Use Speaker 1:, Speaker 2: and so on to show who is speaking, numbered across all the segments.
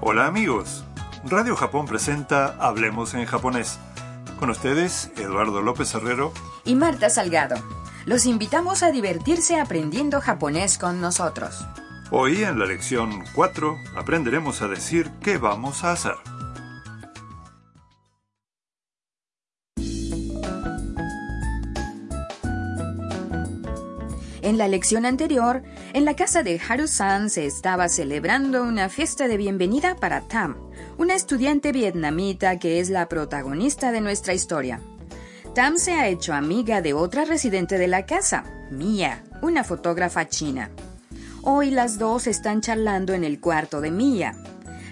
Speaker 1: Hola amigos, Radio Japón presenta Hablemos en japonés. Con ustedes, Eduardo López Herrero.
Speaker 2: y Marta Salgado. Los invitamos a divertirse aprendiendo japonés con nosotros.
Speaker 1: Hoy en la lección 4 aprenderemos a decir qué vamos a hacer.
Speaker 2: En la lección anterior, en la casa de Haru-san se estaba celebrando una fiesta de bienvenida para Tam, una estudiante vietnamita que es la protagonista de nuestra historia. Tam se ha hecho amiga de otra residente de la casa, Mia, una fotógrafa china. Hoy las dos están charlando en el cuarto de Mia.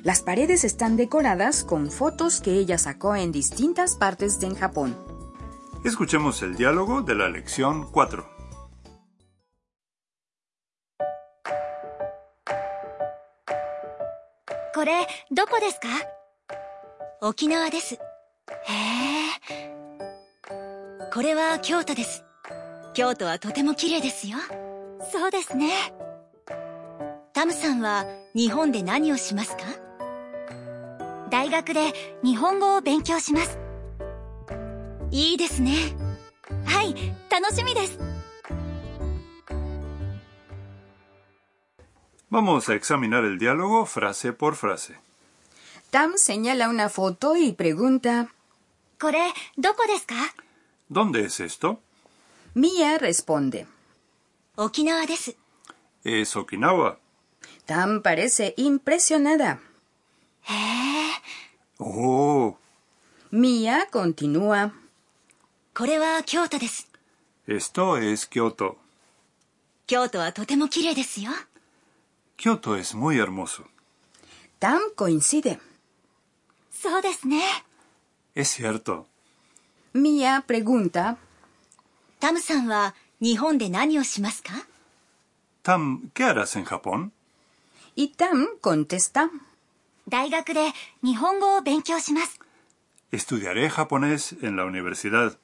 Speaker 2: Las paredes están decoradas con fotos que ella sacó en distintas partes de Japón.
Speaker 1: Escuchemos el diálogo de la lección 4.
Speaker 3: これどこですか沖縄ですへえこれは京都です京都はとても綺麗ですよそうですねタムさんは日本で何をしますか大学で日本語を勉強しますいいですねはい楽しみです
Speaker 1: Vamos a examinar el diálogo frase por frase.
Speaker 2: Tam señala una foto y pregunta.
Speaker 3: これどこですか
Speaker 1: ¿Dónde es esto?
Speaker 2: Mia responde.
Speaker 3: 沖縄です
Speaker 1: Es Okinawa.
Speaker 2: Tam parece impresionada.
Speaker 1: Oh,
Speaker 2: Mia continúa.
Speaker 3: これは京都です
Speaker 1: esto es Kyoto.
Speaker 3: 京都はとても綺麗ですよ
Speaker 1: Kyoto es muy hermoso.
Speaker 2: Tam coincide.
Speaker 3: そうですね
Speaker 1: Es cierto.
Speaker 2: Mia pregunta.
Speaker 3: タムさんは日本で何をしますか
Speaker 1: Tam, ¿qué harás en Japón?
Speaker 2: Y Tam contesta.
Speaker 3: 大学で日本語を勉強します
Speaker 1: Estudiaré japonés en la universidad.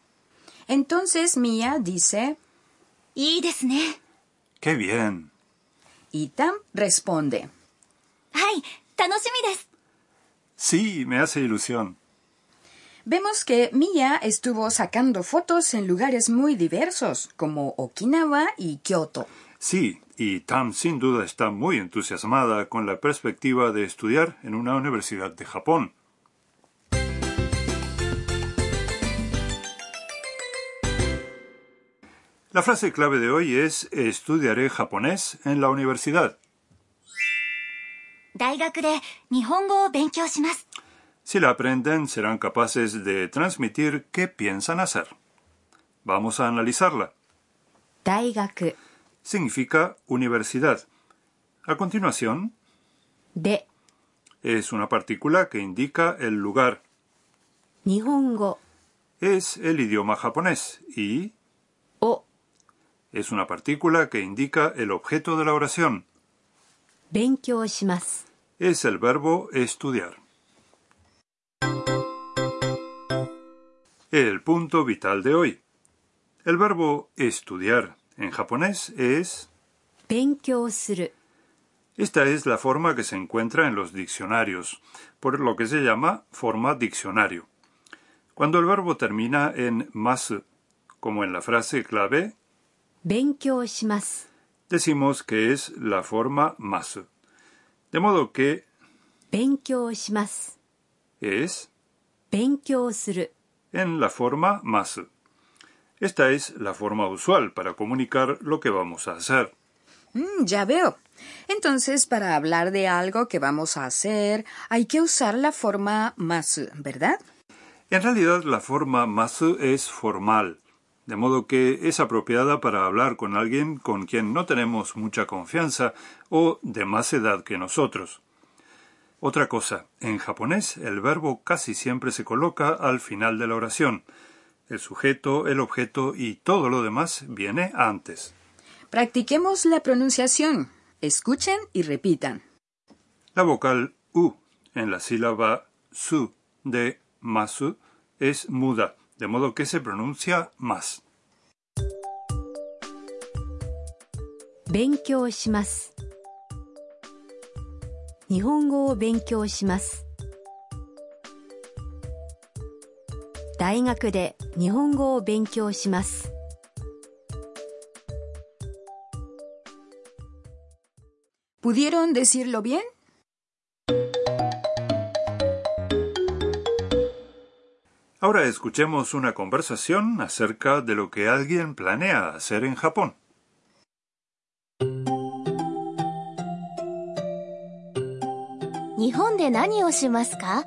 Speaker 2: Entonces Mia dice.
Speaker 3: いいですね
Speaker 1: ¡Qué bien!
Speaker 2: Y Tam responde.
Speaker 3: はい楽しみです
Speaker 1: Sí, me hace ilusión.
Speaker 2: Vemos que Mia estuvo sacando fotos en lugares muy diversos, como Okinawa y Kioto.
Speaker 1: Sí, y Tam sin duda está muy entusiasmada con la perspectiva de estudiar en una universidad de Japón. La frase clave de hoy es estudiaré japonés en la universidad.
Speaker 3: 大学で日本語を勉強します
Speaker 1: Si la aprenden, serán capaces de transmitir qué piensan hacer. Vamos a analizarla.
Speaker 2: 大学
Speaker 1: Significa universidad. A continuación,
Speaker 2: で
Speaker 1: es una partícula que indica el lugar.
Speaker 2: 日本語
Speaker 1: Es el idioma japonés y
Speaker 2: を
Speaker 1: es una partícula que indica el objeto de la oración.
Speaker 2: 勉強します。
Speaker 1: Es el verbo estudiar. El punto vital de hoy. El verbo estudiar en japonés es
Speaker 2: 勉強する
Speaker 1: Esta es la forma que se encuentra en los diccionarios, por lo que se llama forma diccionario. Cuando el verbo termina en mas, como en la frase clave,
Speaker 2: 勉強します
Speaker 1: decimos que es la forma mas. De modo que
Speaker 2: 勉強します
Speaker 1: es
Speaker 2: 勉強する
Speaker 1: en la forma mas. Esta es la forma usual para comunicar lo que vamos a hacer.
Speaker 2: Mm, ya veo. Entonces, para hablar de algo que vamos a hacer, hay que usar la forma más, ¿verdad?
Speaker 1: En realidad la forma más es formal, de modo que es apropiada para hablar con alguien con quien no tenemos mucha confianza o de más edad que nosotros. Otra cosa, en japonés el verbo casi siempre se coloca al final de la oración. El sujeto, el objeto y todo lo demás viene antes.
Speaker 2: Practiquemos la pronunciación. Escuchen y repitan.
Speaker 1: La vocal U en la sílaba su de masu es muda, de modo que se pronuncia más.
Speaker 4: 勉強します日日本語を勉強します大学で日本語を勉強します
Speaker 2: 「¿Pudieron decirlo bien?
Speaker 1: Ahora escuchemos una conversación acerca de lo que alguien planea hacer en Japón.
Speaker 3: 日本で何をしますか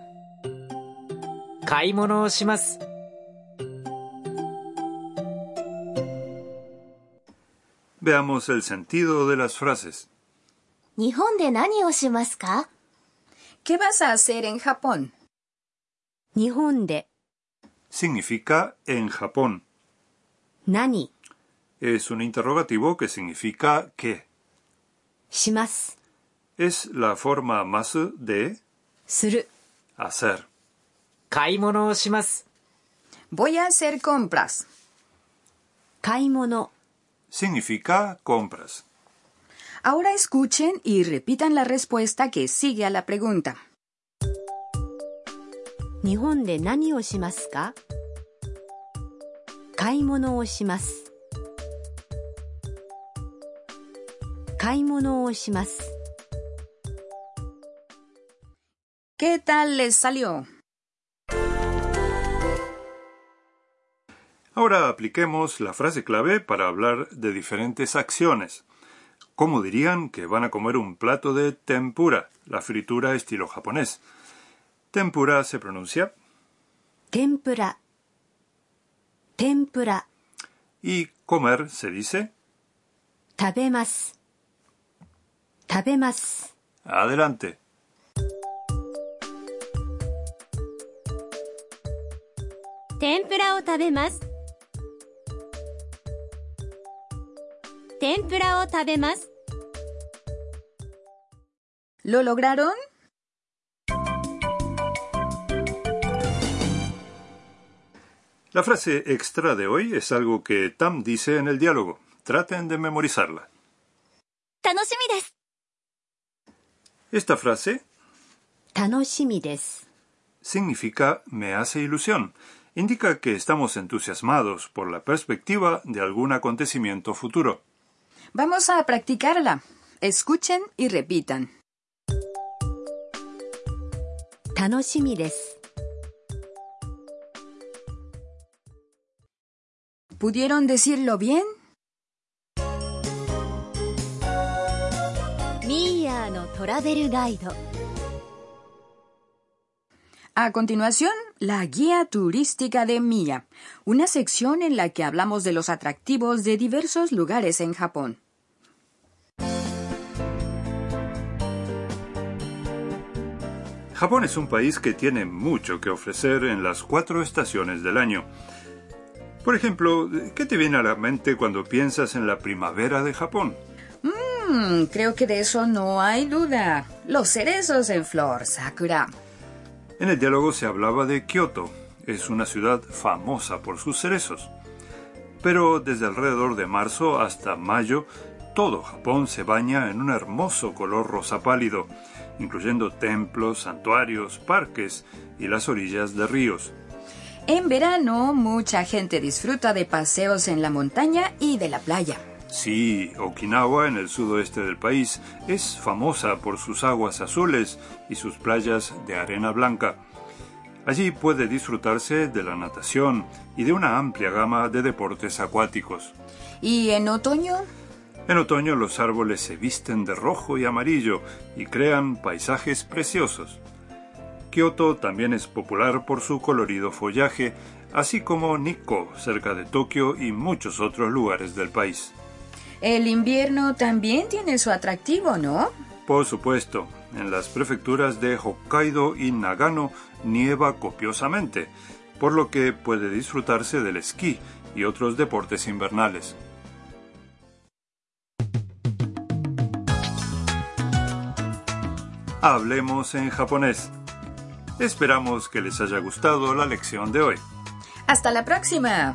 Speaker 5: 買い物をします。
Speaker 1: Veamos el sentido de las frases.
Speaker 3: 日本で何をしますか
Speaker 2: ¿Qué vas a hacer en Japón?
Speaker 4: 日本で
Speaker 1: Significa en Japón.
Speaker 4: 何
Speaker 1: Es un interrogativo que significa qué.
Speaker 4: します。
Speaker 1: Es la forma más de
Speaker 4: する。
Speaker 1: hacer.
Speaker 5: 買い物をします。
Speaker 2: Voy a hacer compras.
Speaker 4: 買い物。
Speaker 1: Significa compras.
Speaker 2: Ahora escuchen y repitan la respuesta que sigue a la pregunta.
Speaker 4: 日本で何をしますか買い物をします。買い物をします。
Speaker 2: ¿Qué tal les salió?
Speaker 1: Ahora apliquemos la frase clave para hablar de diferentes acciones. ¿Cómo dirían que van a comer un plato de tempura, la fritura estilo japonés? Tempura se pronuncia
Speaker 4: 天ぷら。天ぷら。
Speaker 1: y comer se dice.
Speaker 4: 食べます。食べます。
Speaker 1: Adelante.
Speaker 3: 天ぷらを食べます天ぷらを食べます
Speaker 2: ¿Lo lograron?
Speaker 1: La frase extra de hoy es algo que Tam dice en el diálogo. Traten de memorizarla.
Speaker 3: 楽しみです
Speaker 1: Esta frase
Speaker 4: 楽しみです。
Speaker 1: significa me hace ilusión. Indica que estamos entusiasmados por la perspectiva de algún acontecimiento futuro.
Speaker 2: Vamos a practicarla. Escuchen y repitan.
Speaker 4: 楽しみです。
Speaker 2: ¿Pudieron decirlo bien?
Speaker 3: ミーヤーのトラベルガイド
Speaker 2: A continuación, la guía turística de Mia, una sección en la que hablamos de los atractivos de diversos lugares en Japón.
Speaker 1: Japón es un país que tiene mucho que ofrecer en las cuatro estaciones del año. Por ejemplo, ¿qué te viene a la mente cuando piensas en la primavera de Japón?
Speaker 2: Mm, creo que de eso no hay duda. Los cerezos en flor, Sakura.
Speaker 1: En el diálogo se hablaba de Kioto. Es una ciudad famosa por sus cerezos. Pero desde alrededor de marzo hasta mayo, todo Japón se baña en un hermoso color rosa pálido, incluyendo templos, santuarios, parques y las orillas de ríos.
Speaker 2: En verano, mucha gente disfruta de paseos en la montaña y de la playa.
Speaker 1: Sí, Okinawa, en el sudoeste del país, es famosa por sus aguas azules y sus playas de arena blanca. Allí puede disfrutarse de la natación y de una amplia gama de deportes acuáticos.
Speaker 2: ¿Y en otoño?
Speaker 1: En otoño los árboles se visten de rojo y amarillo y crean paisajes preciosos. Kioto también es popular por su colorido follaje, así como Nikko, cerca de Tokio y muchos otros lugares del país.
Speaker 2: El invierno también tiene su atractivo, ¿no?
Speaker 1: Por supuesto, en las prefecturas de Hokkaido y Nagano nieva copiosamente, por lo que puede disfrutarse del esquí y otros deportes invernales. Hablemos en japonés. Esperamos que les haya gustado la lección de hoy.
Speaker 2: Hasta la próxima.